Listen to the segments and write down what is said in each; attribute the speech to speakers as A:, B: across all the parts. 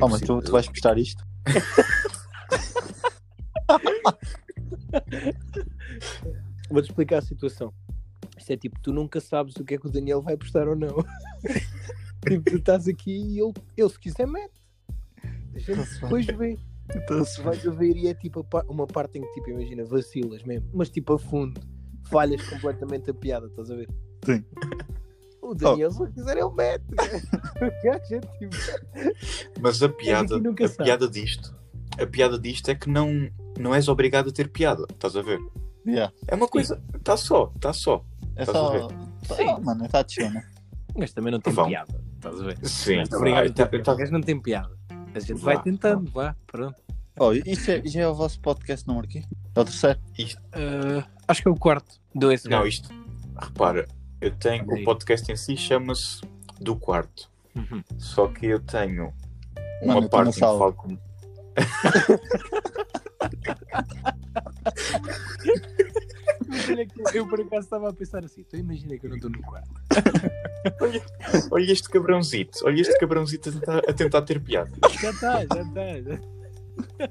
A: Ah,
B: é
A: mas tu, tu vais postar isto?
C: Vou-te explicar a situação. Isto é tipo, tu nunca sabes o que é que o Daniel vai postar ou não. tipo, tu estás aqui e ele, ele se quiser mete. A gente depois vê.
A: Então-se
C: Tu vais ouvir e é tipo a par- uma parte em que tipo, imagina, vacilas mesmo, mas tipo a fundo, falhas completamente a piada, estás a ver?
A: Sim.
C: O Daniel,
B: Oh.
C: se ele quiser, ele mete. O gajo é tipo.
B: Mas a
C: A
B: piada,
C: gente nunca
B: a
C: sabe.
B: piada disto, a piada disto é que não, não és obrigado a ter piada, estás a ver?
A: Yeah.
B: É uma coisa, está só, está só.
A: É
B: Estás a
A: só.
B: ver?
A: Tá-
C: Sim.
A: Ah, mano, está de show, né?
C: Mas também não tem
B: Vão.
C: piada, estás a ver?
B: Sim,
C: Mas obrigado,
B: eu ta- eu ta-
C: O gajo não tem piada. A gente
B: Vá,
C: vai tentando, vá, pronto.
A: Oh, isto é, já é o vosso podcast número aqui? É o terceiro?
C: Ah, acho que é o quarto. Dou esse
B: Não,
C: gajo.
B: isto, repara, eu tenho,
C: Olha aí.
B: o podcast em si chama-se Do Quarto,
C: Uhum.
B: só que eu tenho uma
A: Mano, eu tô na
B: parte em que
A: sala.
B: falo com...
C: Imagina que eu por acaso estava a pensar assim, tu imagina que eu não estou no quarto.
B: Olha este cabrãozito, olha este cabrãozito a tentar, a tentar ter piada.
C: Já está, já está. Já...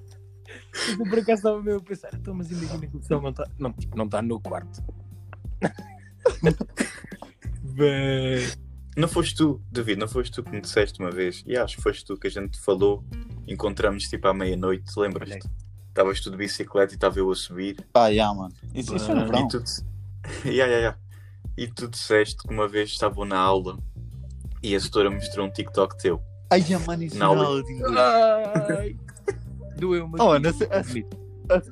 C: Eu por acaso estava mesmo a pensar, então, mas imagina que o pessoal não está não, tipo, não tá no quarto. Mas...
B: Não foste tu, David, não foste tu que me disseste uma vez, e acho que foste tu que a gente falou, encontramos tipo à meia-noite, lembras-te? Estavas tu de bicicleta e estava eu a subir,
A: Ah, yeah, mano. Isso, isso é no
C: Ah,
A: verão.
B: E tu, dis- Ya, ya, ya. E tu disseste que uma vez estavam na aula e a setora mostrou um TikTok teu.
A: Ai, yeah, mano, isso
B: Não,
A: não, aula de inglês.
C: Ai, doeu-me.
A: Oh,
C: aqui,
A: mano, esse- esse-
C: admito.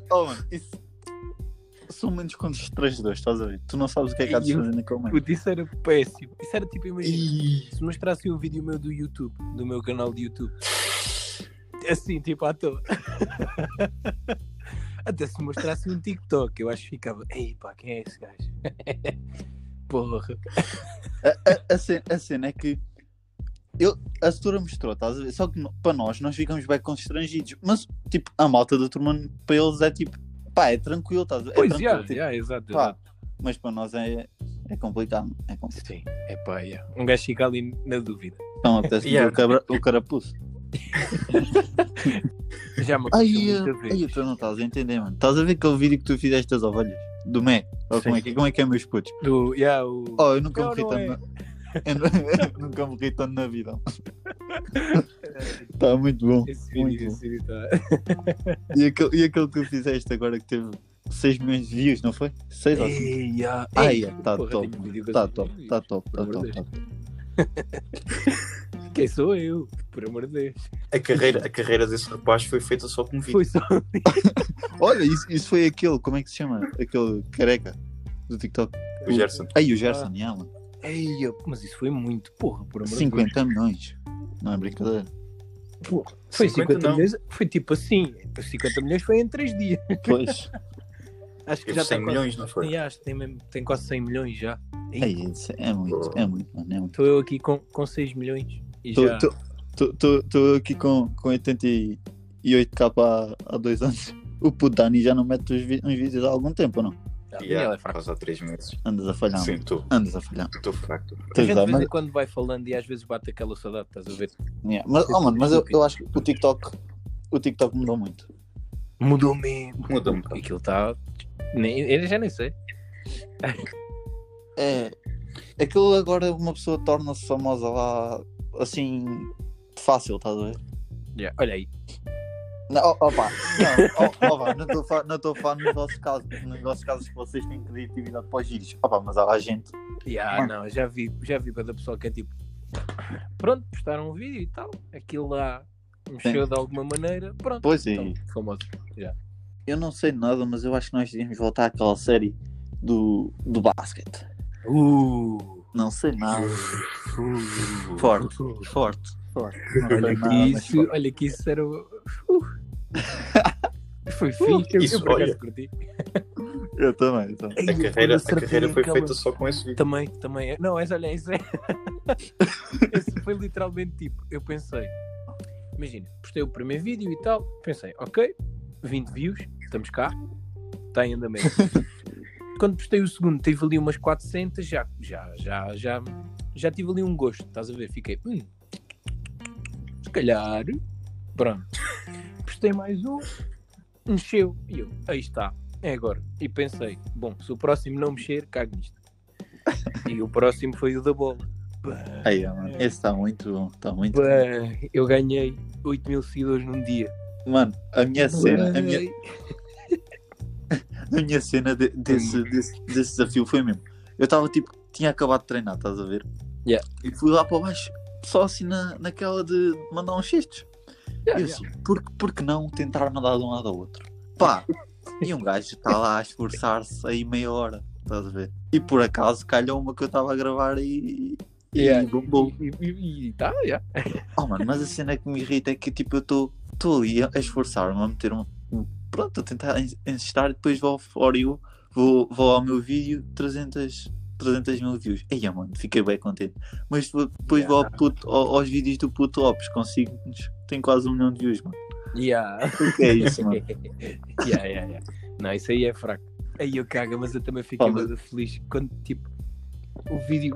A: Oh, mano, isso. São menos constrangedores, estás a ver? Tu não sabes o que é que há de
C: E eu-
A: fazer naquele momento.
C: Puto, isso era péssimo. Isso era tipo, imagina,
B: E...
C: se mostrassem um vídeo meu do YouTube, do meu canal de YouTube. Assim, tipo, à toa. Até se mostrassem um TikTok, eu acho que ficava, ei pá, quem é esse gajo? Porra.
A: A, a cena, a cena é que eu, a setora mostrou, estás a ver? Só que no- para nós, nós ficamos bem constrangidos. Mas, tipo, a malta da turma, para eles é tipo, pá, é tranquilo, estás a ver? É
C: Pois,
A: tranquilo,
C: já,
A: tipo,
C: já, exato.
A: pá.
C: exato.
A: Mas para nós é, é complicado. É complicado.
C: Sim, é pá, já. Um gajo fica ali na dúvida.
A: Então, apetece
B: Yeah.
A: o, cabra, o carapuço.
C: Já me
A: Ai, eh,
C: aconteceu muita
A: ai,
C: vez.
A: tu não estás a entender, mano. Estás a ver aquele vídeo que tu fizeste das ovelhas? Do Mac? Ou como é, que, como é que é, meus putos?
C: Do, já, o...
A: Oh, eu nunca
C: Não,
A: me ri
C: não
A: tanto.
C: é.
A: na- Eu nu- eu nunca me ri tanto na vida. Está muito bom.
C: Esse
A: muito
C: vídeo,
A: bom.
C: esse vídeo tá...
A: E aquele, e aquele que tu fizeste agora que teve 6 milhões de views, não foi? 6 ou 5?
C: Ei, já.
A: Ai,
C: É. Ei,
A: está
C: porra,
A: top.
C: tenho um vídeo de
A: Está
C: dois
A: top,
C: mil
A: está top, está
C: Pelo amor
A: top.
C: de
A: tá top.
C: Quem sou eu? Por amor de Deus.
B: A, carreira, a carreira desse rapaz foi feita só com vídeo.
C: Foi só.
A: Olha, isso, isso foi aquele, como é que se chama? Aquele careca do TikTok.
B: O Gerson.
A: Aí o Gerson, yeah, mano.
C: Ei, eu- mas isso foi muito, porra, por Ah, amor de
A: 50 milhões. Não é brincadeira.
C: Deus. Porra. Foi 50,
B: 50 não.
C: milhões, foi tipo assim. 50 milhões foi em 3 dias.
A: Pois.
C: Acho que
B: Teve
C: já
B: 100
C: tem
B: milhões, não
C: Quase,
B: foi?
C: Sim, acho que tem, mesmo- tem quase 100 milhões já.
A: É isso, é muito, é muito, mano. É muito.
C: Estou eu aqui com, com 6 milhões. E já.
A: Estou aqui com, com 88k há, há dois anos. O puto Dani já não mete os vi- uns vídeos há algum tempo, não?
C: Ah,
B: E
C: Daniel
B: há
C: é fraco.
B: quase há 3 meses.
A: Andas a falhar.
B: Sim,
A: mano.
B: estou
A: Andas a falhar.
B: estou fraco.
C: A
A: Tens
C: gente
A: de dar,
C: de vez
A: é, mas-
C: em quando vai falando e às vezes bate aquela saudade, estás a ver?
A: Yeah, Mas, oh, mano, mas eu, eu acho que o TikTok, o TikTok mudou muito.
C: Mudou mesmo.
B: Mudou um
C: Aquilo está. Nem, eu já nem sei.
A: É. Aquilo agora uma pessoa torna-se famosa lá assim fácil, estás a ver?
C: Já, Olha aí.
A: Não, ó- opa, não, ó- ó, vá, não estou a falar- não estou a falar nos vossos casos, nos vossos casos que vocês têm criatividade para os giros. Opa, mas há gente.
C: Já,
A: Mano.
C: não, já vi, já vi para da pessoa que é tipo. Pronto, postaram um vídeo e tal. Aquilo lá mexeu de alguma maneira. Pronto.
A: Pois é,
C: Então, famoso.
A: eu não sei nada, mas eu acho que nós devíamos voltar àquela série do, do basquete.
C: Uh,
A: Não sei nada.
B: bocado.
A: Forte, forte, forte. Não sei
C: olha,
A: nada,
C: que
A: mas
C: isso,
A: forte.
C: olha que isso era. o- Uh. Foi fixe. eu-
B: isso,
C: eu por acaso
B: olha.
C: curti.
A: Eu também, eu também.
B: A carreira, a carreira foi feita só com esse vídeo.
C: Também, também. é- Não, mas olha, isso é. Esse foi literalmente tipo. Eu pensei. Imagina, postei o primeiro vídeo e tal. Pensei, ok, 20 views, estamos cá, está em andamento. Quando postei o segundo, tive ali umas 400, já, já, já, já, já tive ali um gosto, estás a ver? Fiquei, hum, se calhar Pronto. Postei mais um, mexeu. E eu, aí está, é agora. E pensei, bom, se o próximo não mexer, cago nisto. E o próximo foi o da bola. Bem,
A: Aí, ó, mano. Esse está muito bom. Está muito bom.
C: bem, eu ganhei 8 mil seguidores num dia.
A: Mano, a minha cena, a minha,
C: Bem,
A: a minha cena de- desse, desse, desse desafio foi mesmo. Eu estava tipo, tinha acabado de treinar, estás a ver?
C: Yeah.
A: E fui lá para baixo, só assim na, naquela de mandar uns cestos.
C: yeah,
A: Isso, por, por que não tentar mandar de um lado ao outro? Pá, e um gajo está lá a esforçar-se aí meia hora, estás a ver? E por acaso calhou uma que eu estava a gravar e. e
C: yeah.
A: bombou.
C: E- e- e- tá, yeah.
A: Oh mano, mas a cena que me irrita é que tipo eu estou ali a esforçar-me a meter um. um- Pronto, a tentar en- encestar e depois vou ao for you, vou, vou ao meu vídeo 300, 300 mil views. Aí, mano, fiquei bem contente. Mas vou- depois vou ao puto- ao- aos vídeos do Puto Lopes, consigo, tem quase um milhão de views, mano.
C: Yeah.
A: O que é isso, mano?
C: yeah, yeah, yeah. Não, isso aí é fraco. Aí eu cago, mas eu também fiquei
A: Oh, mas-
C: muito feliz quando, tipo, o vídeo,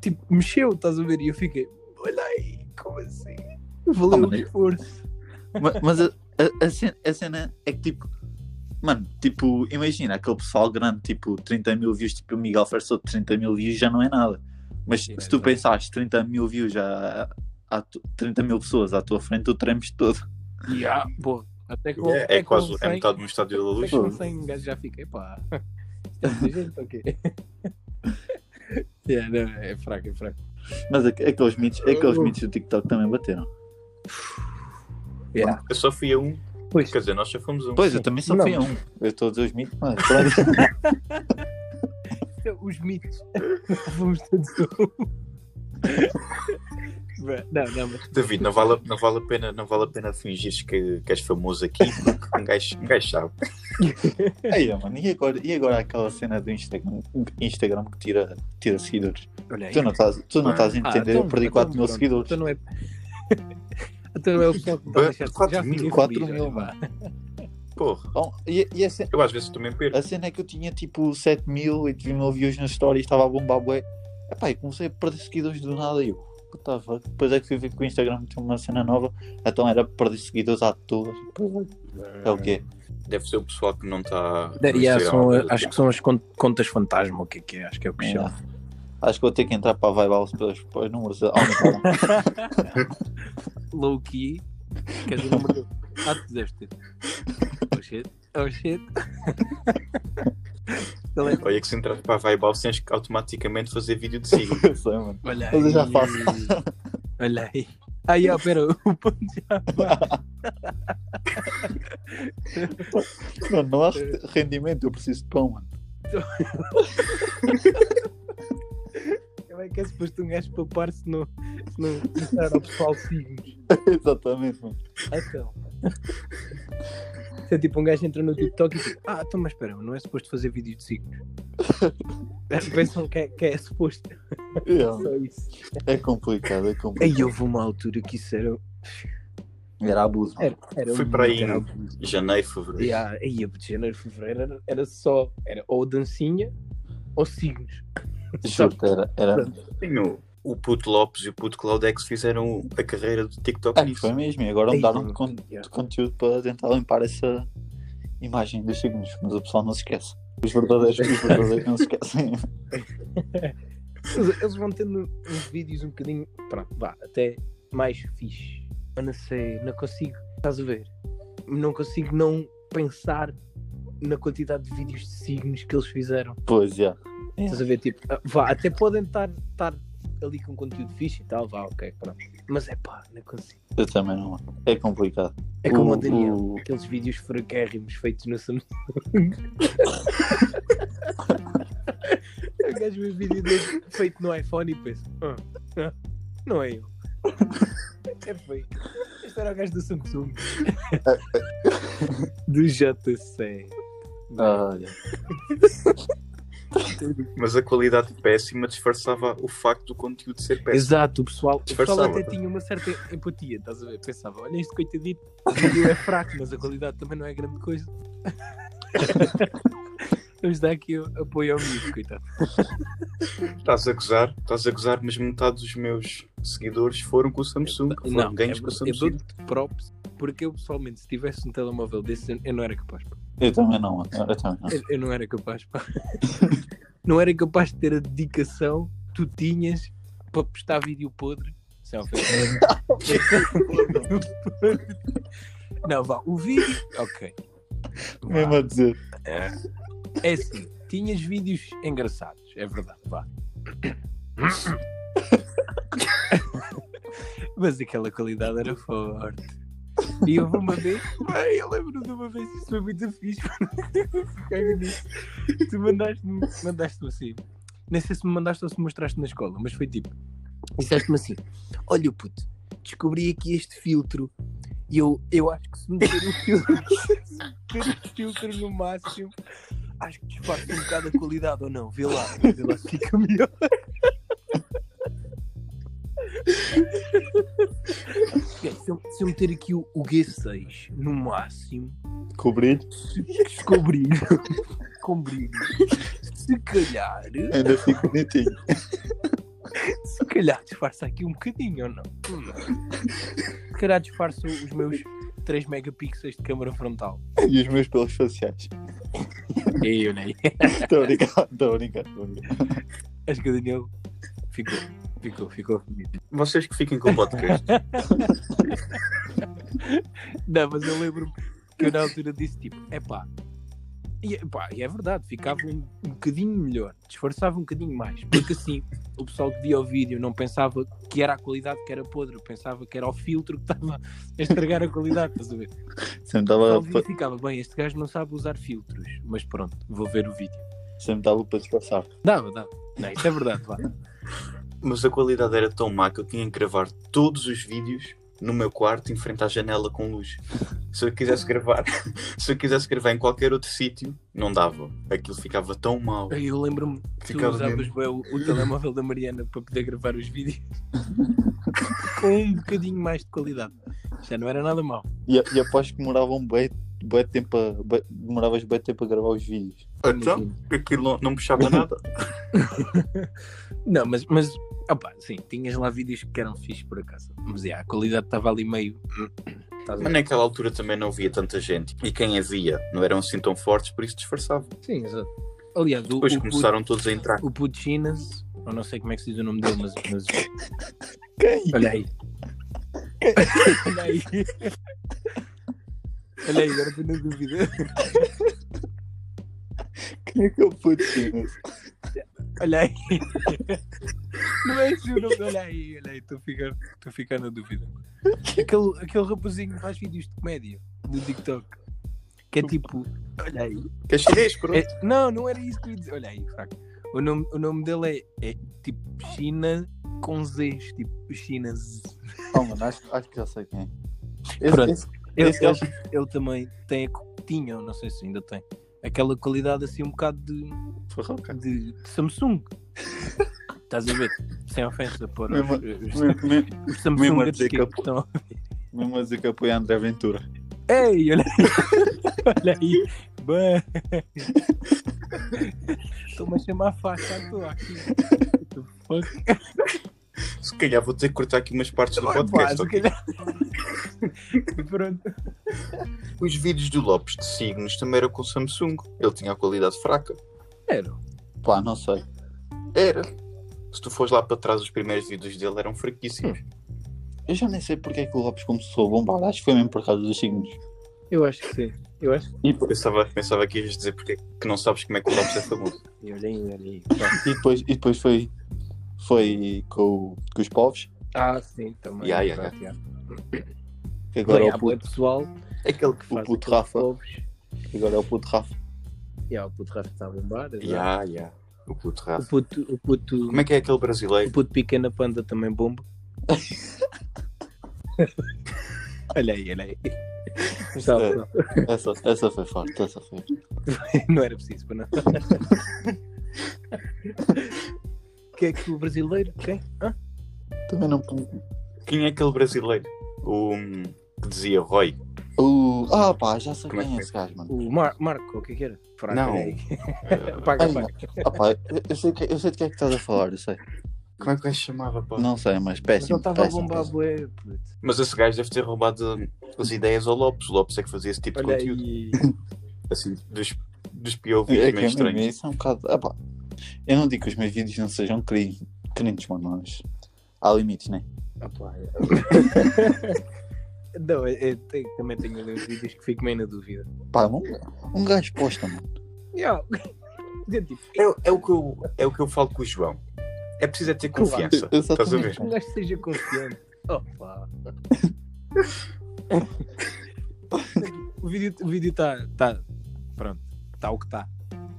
C: tipo, mexeu, estás a ver? E eu fiquei, olha aí, como assim?
A: Oh,
C: Valeu
A: mano,
C: o esforço.
A: Ma- Mas a, a- a cena, a cena é que tipo, mano, tipo, imagina aquele pessoal grande, tipo 30 mil views, tipo o Miguel Ferso, 30 mil views já não é nada. Mas
C: Sim,
A: se tu
C: exato.
A: pensares 30 mil views já há tu- 30 mil pessoas à tua frente, tu tremes todo.
C: Yeah, boa. Até que
B: É, é quase é metade de um estádio da luz.
A: Sim.
C: Não sei, um gajo já fiquei, pá. Isto é muita gente, ok. yeah, não, é fraco, é fraco.
A: Mas aque- aqueles mitos, aqueles mitos do TikTok também bateram.
C: Yeah.
B: Eu só fui a um.
C: Pois.
B: Quer dizer, nós só fomos a um.
A: Pois, eu também só fui
C: Não.
A: a um. Eu estou a dizer os mitos, mas
C: Os mitos. Vamos todos. Bruh, não, não, mas
B: David, não vale, a- não, vale a pena, não vale a pena fingires que, que és famoso aqui, porque um gajo, um gajo sabe.
A: Aí, ó, mano, e agora, e agora aquela cena do Instagram, Instagram que tira, tira seguidores?
C: olha aí.
A: Tu não estás, tu não estás a
C: Ah,
A: entender, eu
C: então-
A: perdi
C: então
A: 4 mil
C: pronto,
A: seguidores.
C: Então não é. então não é o pessoal que me está a deixar.
B: Quatro
C: já
B: mil,
C: fiquei
A: quatro
C: feliz,
A: mil,
C: olha, vá.
B: Porra,
A: Oh, e, e a, ce-
B: eu às vezes também perco.
A: a cena é que eu tinha tipo 7 mil, 8 mil views na história e estava a bombar bué. Epá, e comecei a perder seguidores do nada e eu. puta fuck. Depois é que fui ver que o Instagram tinha uma cena nova, então era perder seguidores à toa. É o quê?
B: Deve ser o pessoal que não tá está.
C: Da- yeah, são,
B: um,
C: acho que são as con- contas fantasma, o que é que é? Acho que é o que
A: É.
C: chama.
A: Acho que vou ter que entrar para a Vibe House pelos pelos números. Ah, não, não.
C: Low key, quer dizer, número dele. Ah, tu deves ter. Oh shit, oh shit. Ele é-
B: Olha que se entrar para a Vaibal tens que automaticamente fazer vídeo de signo.
A: Eu sei, mano.
C: Olha aí.
A: Mas eu já faço.
C: Olha aí. Aí, ó, Ah, pera, o ponto já.
A: Mano, não há re- rendimento, eu preciso de pão, mano.
C: Como é que é suposto um gajo papar se não, se não começar ao pessoal signos?
A: Exatamente, mano.
C: Então. Se é tipo um gajo entra no TikTok e diz: Ah, então, mas espera, não é suposto fazer vídeo de signos. Pensam que é, que é suposto.
A: É,
C: Só isso.
A: É complicado, é complicado.
C: Aí houve uma altura que isso era.
A: Era abuso, mano.
C: era, era
B: Foi
C: um-
B: para aí. né?
C: era-
B: Janeiro, fevereiro.
C: E a- e a de janeiro, fevereiro era, era só. Era ou dancinha ou signos.
A: Juro, era. era...
B: Tenho o Puto Lopes e o Puto Cláudio é que se fizeram a carreira do TikTok
A: Ah,
B: nisso.
A: foi mesmo, e agora
C: Ei,
A: mudaram
C: mano,
A: de con-
C: yeah.
A: de conteúdo para tentar limpar essa imagem dos signos, mas o pessoal não se esquece. Os verdadeiros, os verdadeiros não se esquecem.
C: Eles, eles vão tendo uns vídeos um bocadinho. Pronto, vá, até mais fixe. Mas não sei, não consigo. Estás a ver? Não consigo não pensar na quantidade de vídeos de signos que eles fizeram.
A: Pois, já.
C: Estás a ver? Tipo, ah, vá, até podem estar, estar ali com conteúdo fixe e tal, vá, ok, pronto. Mas é pá, não consigo.
A: Eu também não. É complicado.
C: É como
A: O-
C: o Daniel.
A: o-
C: Aqueles vídeos fraquérrimos feitos no Samsung. o gajo vê vídeo dele feito no iPhone e pensa: "Ah, ah, Não é eu. É feio. Este era o gajo do Samsung. do JC.
A: Ah, já.
B: Mas a qualidade péssima disfarçava o facto do conteúdo ser péssimo.
C: Exato, o pessoal, o pessoal
B: Disfarçava,
C: até
B: tá?
C: tinha uma certa empatia, estás a ver? Pensava: Olha, este coitadito, o vídeo é fraco, mas a qualidade também não é grande coisa. Vamos dar aqui o apoio ao miúdo, coitado.
B: Estás a gozar, estás a gozar, mas metade dos meus seguidores foram com o Samsung, foram
C: Não,
B: ganhos
C: é-
B: com o
C: eu
B: Samsung.
C: dou-te props, porque eu pessoalmente, se tivesse um telemóvel desse, eu- eu não era capaz. pá.
A: Eu também não, eu também não.
C: Eu, eu não era capaz. pá. não era capaz de ter a dedicação que tu tinhas para postar vídeo podre. é Sem ofensa. não, vá, o vídeo, ok. Vá.
A: Mesmo a dizer.
B: É.
C: É assim, tinhas vídeos engraçados, é verdade, vá. Mas aquela qualidade era forte. E houve uma vez, pá, eu lembro de uma vez, isso foi muito fixe. Eu fiquei nisso. Tu mandaste-me mandaste assim. Nem sei se me mandaste ou se me mostraste na escola, mas foi tipo: disseste-me assim, olha puto, descobri aqui este filtro. E eu, eu acho que se meter o filtro, se meter o filtro no máximo, acho que disfarça um bocado a qualidade ou não. Vê lá, vê lá se fica melhor. Ok, Se eu, se eu meter aqui o, o G6 no máximo,
A: Cobrir.
C: descobri com brilho. Se calhar,
A: Ainda fico bonitinho.
C: se calhar disfarça aqui um bocadinho ou não? Hum. Se calhar disfarça os meus 3 megapixels de câmara frontal.
A: E os meus pelos faciais.
C: E eu nem.
A: Estou a brincar, estou a brincar. estou a brincar.
C: Acho que o Daniel ficou, ficou, ficou bonito.
B: Vocês que fiquem com o podcast.
C: Não, mas eu lembro-me que eu na altura disse tipo, epá, e, epá, e é verdade, ficava um, um bocadinho melhor, disfarçava um bocadinho mais, porque assim o pessoal que via o vídeo não pensava que era a qualidade que era podre, pensava que era o filtro que estava a estragar a qualidade, estás a ver?
A: Sempre
C: Só
A: dava,
C: via e
A: pa-
C: ficava, bem, este gajo não sabe usar filtros, mas pronto, vou ver o vídeo.
A: sempre dava para disfarçar.
C: Dava, dava. Não, isso é verdade, vá.
B: Mas a qualidade era tão má que eu tinha que gravar todos os vídeos no meu quarto em frente à janela com luz. Se eu quisesse gravar, se eu quisesse gravar em qualquer outro sítio, não dava. Aquilo ficava tão mal.
C: Eu lembro-me É que tu
B: Ficava
C: usavas
B: mesmo.
C: bué o, o telemóvel da Mariana para poder gravar os vídeos com um bocadinho mais de qualidade. Já não era nada mau.
A: E, e aposto que demoravam bem, bem tempo a, bué- demoravas bem tempo a gravar os vídeos.
B: Então,
C: Imagino.
B: aquilo não, não puxava nada.
C: Não, mas, mas opa, sim, tinhas lá vídeos que eram fixos por acaso. Mas yeah, a qualidade estava ali meio. Estás
B: Mas
C: a ver?
B: naquela altura também não havia tanta gente. E quem havia não eram assim tão fortes, por isso disfarçavam.
C: Sim, exato. Aliás, o,
B: Depois
C: o,
B: começaram todos a entrar.
C: o Puchinas, eu não sei como é que se diz o nome dele, mas, mas
A: Quem?
C: olha aí. olha aí. olha aí, agora estou na dúvida.
A: Quem é que eu pude sim?
C: Olha aí. Não é esse o nome. Olha aí, olha aí. Estou ficando, tô ficando na dúvida. Aquele, aquele rapazinho que faz vídeos de comédia no TikTok. Que é tipo. Olha aí.
B: Que é chinês, pronto.
C: É- não, não era isso que eu ia dizer. Olha aí, fraco. O nome, o nome dele é, é tipo China com Zs. Tipo China Z.
A: Oh, mano, acho, acho que já sei quem. é.
C: Pronto.
A: esse,
C: Ele,
A: esse gajo-
C: ele- ele também tem. a co- Tinha, não sei se ainda tem. Aquela qualidade assim um bocado de,
A: Ferroca.
C: de, de Samsung. Estás a ver? Sem ofensa é? para os- os
A: Mesmo- mesmo-
C: Os
A: Mesmo a
C: Samsung
A: dizer
C: que
A: que eu-
C: estão.
A: Mesmo a dizer que apoia André Ventura.
C: Ei, olha aí. olha aí. Bem. Estou-me a chamar faixa à toa aqui. What the fuck?
B: Se calhar vou ter que cortar aqui umas
A: é
B: partes do
C: Pá,
B: podcast.
C: se
B: ok?
C: calhar- Pronto.
B: Os vídeos do Lopes de signos também eram com Samsung. Ele tinha a qualidade fraca.
C: Era.
A: Pá, não sei.
B: Era. Se tu fores lá para trás, os primeiros vídeos dele eram fraquíssimos.
A: Eu já nem sei porque é que o Lopes começou a bombar. Acho que foi mesmo por causa dos signos.
C: Eu acho que sim. Eu acho que
A: E, depois-
B: Pensava, pensava que ias dizer porque que não sabes como é que o Lopes é famoso.
C: sim. Olha aí, olha aí.
A: e depois, e depois foi, foi com, o- com os povos.
C: Ah, sim, também.
B: Ya, ya, ya.
C: Pronto, ya.
A: Que agora,
C: Bem,
A: é
C: há
A: o
C: bué
A: puto,
C: pessoal.
B: Aquele que.
A: o
C: faz
A: puto
C: aqueles
A: Rafa.
C: povos.
A: que agora é o puto Rafa.
C: Ya, o puto Rafa está a bombar. exato.
B: Ya, ya. O puto
C: O
B: Rafa.
C: puto, o puto,
B: Como é que é aquele
C: o
B: brasileiro?
C: puto pequena panda também bomba. olha aí, olha aí. Não,
A: É.
C: não,
A: Essa, essa foi forte, essa foi.
C: não era preciso, para não. que é que o brasileiro? Quem? Hã?
A: Também não.
B: Quem é aquele brasileiro? O hum, que dizia Roy.
A: O... Ah, pá, já sei
B: Como é
A: quem
B: que
A: é esse gajo, mano.
C: O Mar Marco, o que é que era? Fraco,
B: Não.
C: olha aí. apaga,
A: Ai,
C: apaga.
A: é Ah, pá, eu- eu sei, que, eu sei de que é que estás a falar, eu sei.
B: Como é que o gajo se chamava, pá?
A: Não sei, mas
C: Mas ele
A: péssimo.
C: estava a
A: péssimo,
C: bombar
A: péssimo.
C: bué, puto.
B: Mas esse gajo deve ter roubado as ideias ao Lopes. O Lopes é que fazia esse tipo
C: Olha
B: de conteúdo.
C: aí.
B: Assim, dos, dos
A: É
B: POVs
A: que
B: meio
A: é mesmo,
B: estranhos.
A: isso é um bocado. Ah, pá. Eu não digo que os meus vídeos não sejam cri- crentes, mano, mas há limites, né?
C: Ah, pá, é. Não, eu, eu tenho- também tenho ali uns vídeos que fico meio na dúvida.
A: Pá, um, um gajo posta, mano.
C: Yeah. Eu, tipo,
B: É, é o que eu, é o que eu falo com o João. É preciso é ter
C: Claro.
B: confiança. Estás a ver?
A: Exatamente.
C: um gajo seja confiante. Opa. o vídeo o vídeo está. Tá, pronto, está o que está.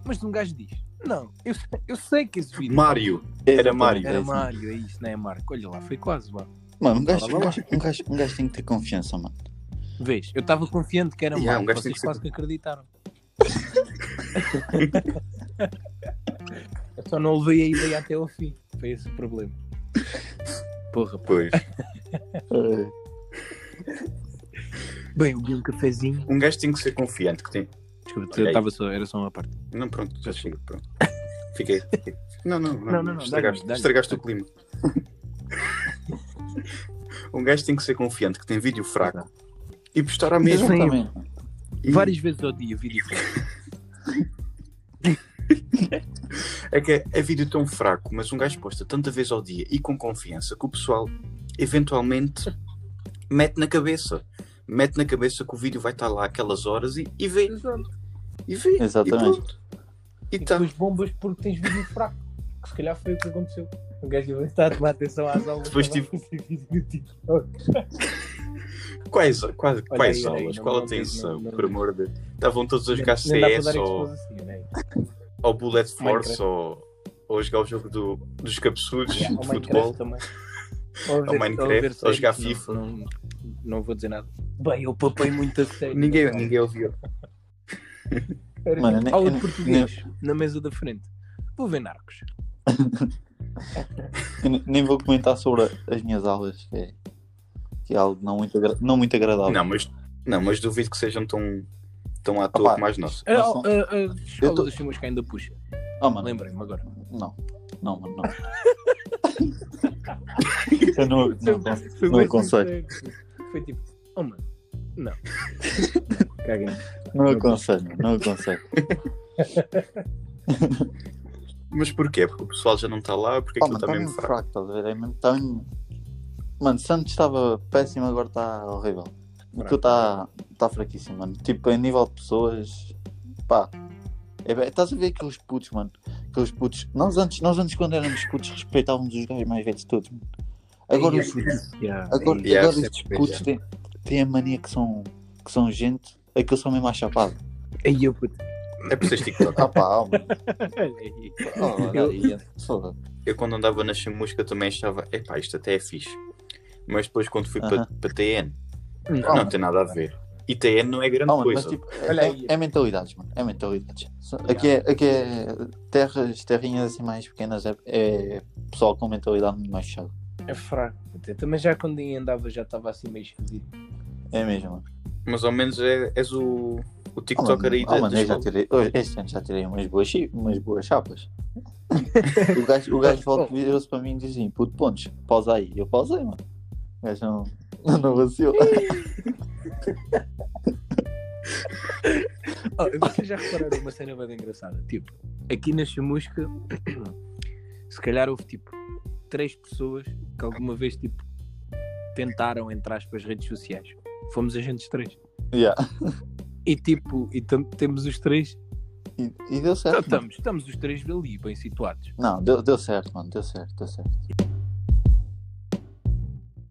C: Mas um gajo diz: Não, eu, sei- eu sei que esse vídeo.
B: Mário. Era Mário.
C: Era
A: Exatamente, é isso mesmo.
C: Mário, é isso, não é Marco? Olha lá, foi quase, vá.
A: Mano, um gajo,
B: Fala,
A: um,
B: vai lá.
A: gajo, um, gajo, um gajo tem que ter confiança, mano.
C: Vês, eu estava confiante que era
B: Yeah,
C: Marco,
B: um gajo tem
C: vocês
B: que ser-
C: quase que acreditaram. eu só não levei a ideia até ao fim, foi esse o problema. Porra, pá.
B: Pois.
C: Bem, eu vi um cafezinho.
B: Um gajo tem que ser confiante. Que tem...
C: Desculpa,
B: Olha aí.
C: estava só, era só uma parte.
B: Não, pronto, já chega. Pronto. Fiquei. Não, não, não.
C: Não, não, não,
B: estragaste,
C: dá-lhe, dá-lhe.
B: estragaste o clima. um gajo tem que ser confiante, que tem vídeo fraco. E postar à mesma.
C: Sim.
A: Exatamente. mano.
B: E
C: Várias vezes ao dia, vídeo.
B: É que é, é vídeo tão fraco, mas um gajo posta tanta vez ao dia e com confiança que o pessoal eventualmente mete na cabeça. Mete na cabeça que o vídeo vai estar lá aquelas horas e, e vê. E vê.
A: Exatamente.
B: E pronto. E
C: E
B: tá.
C: depois Tipo, bombas porque tens vídeo fraco. Que se calhar foi o que aconteceu. O gajo está a tomar atenção às aulas.
B: Depois
C: estava a fazer vídeo tipo. no TikTok.
B: Quais, quais, quais
C: aí, olha aí,
B: aulas?
C: não-
B: Qual
C: não
B: a
C: diz,
B: tensão?
C: não- não
B: Por
C: diz.
B: amor de Estavam todos a jogar
C: Nem dá para
B: CS
C: dar
B: ou,
C: exposição, né?
B: ou Bullet Force
C: Minecraft.
B: ou, ou jogar o jogo do, dos capsudos
C: Yeah,
B: de
C: ao
B: futebol.
C: Minecraft também. Ou ver-
B: Minecraft,
C: ver
B: ou jogar
C: séries,
B: FIFA.
C: Não, não, não vou dizer nada. Bem, eu papei muita série.
B: Ninguém, ninguém ouviu.
C: Era
A: Mano,
C: tipo
A: nem-
C: aula
A: nem-
C: de português na mesa da frente. Vou ver Narcos.
A: Eu ne- nem vou comentar sobre a- as minhas aulas, que é, que é algo não muito, agra- não muito agradável.
B: Não, mas, não, mas duvido que sejam tão, tão à toa
A: Opa.
B: como as nossas.
C: Ah,
A: Não são-
C: ah, ah,
A: Eu
C: escola
A: tô-
C: dos Simões que ainda puxa.
A: Oh, mano,
C: Lembrei-me agora.
A: não. Não, mano, não. Eu não, não, não.
C: Foi
A: Não é
C: bem
A: aconselho.
C: sincero. Foi tipo, oh mano, não. Caguem.
A: Não aconselho, não aconselho.
B: Mas porquê? Porque o pessoal já não está lá, porque
A: Pá,
B: aquilo
A: mano,
B: está
A: está
B: mesmo
A: mesmo
B: fraco.
A: fraco, estás a ver? É mesmo, tá mesmo... Mano, Santos estava péssimo, agora está horrível. Aquilo está tá fraquíssimo, mano. Tipo, em nível de pessoas, pá. É, bem- estás a ver aqueles putos, mano? Aqueles putos. Nós antes, nós antes quando éramos putos, respeitávamos os gajos mais velhos todos. mano. Agora os,
C: Yeah,
A: Agora,
C: yeah.
B: Yeah,
A: agora
B: isso é
A: estes
B: bem,
A: putos têm, têm a mania que são, que são gente, é que eles são mesmo à chapada.
C: Aí eu puto.
B: É por ser TikTok.
A: Ah pá, oh, mano.
C: Aí.
A: Oh, olha aí, foda.
B: Eu quando andava na chamusca também achava, epá, isto até é fixe. Mas depois quando fui para,
A: Aham.
B: para TN,
C: Não.
B: não tem nada a ver. E TN não é grande
A: Oh, mano, mas
B: coisa.
A: tipo,
C: Olha
A: é,
C: aí.
A: é mentalidades, mano. É mentalidades. Só- Aqui é, aqui é terras, terrinhas assim mais pequenas, é, é pessoal com mentalidade muito mais chata.
C: É fraco. puto. Eu também já quando andava já estava assim meio esquisito.
A: É mesmo, mano.
B: Mas ao menos é, és o, o
A: Oh, mano,
B: TikToker aí
A: oh,
B: da,
A: mano,
B: da
A: eu já
B: escola.
A: tirei, hoje- este ano já tirei umas boas, chi- umas boas chapas. o gajo, o gajo volta- virou-se para mim e disse assim, puto pontos, pausa aí. Eu pausei, mano. O gajo não, não vaciou.
C: Oh, vocês já repararam uma cena bem engraçada? Tipo, aqui na chamusca, se calhar houve tipo três pessoas que alguma vez tipo tentaram entrar para as redes sociais. Fomos agentes três.
A: Yeah.
C: E tipo, e tam- temos os três.
A: E, e deu
C: Então,
A: certo. mano.
C: estamos, estamos os três ali, bem situados.
A: Não, deu, deu certo, mano. Deu certo, deu certo.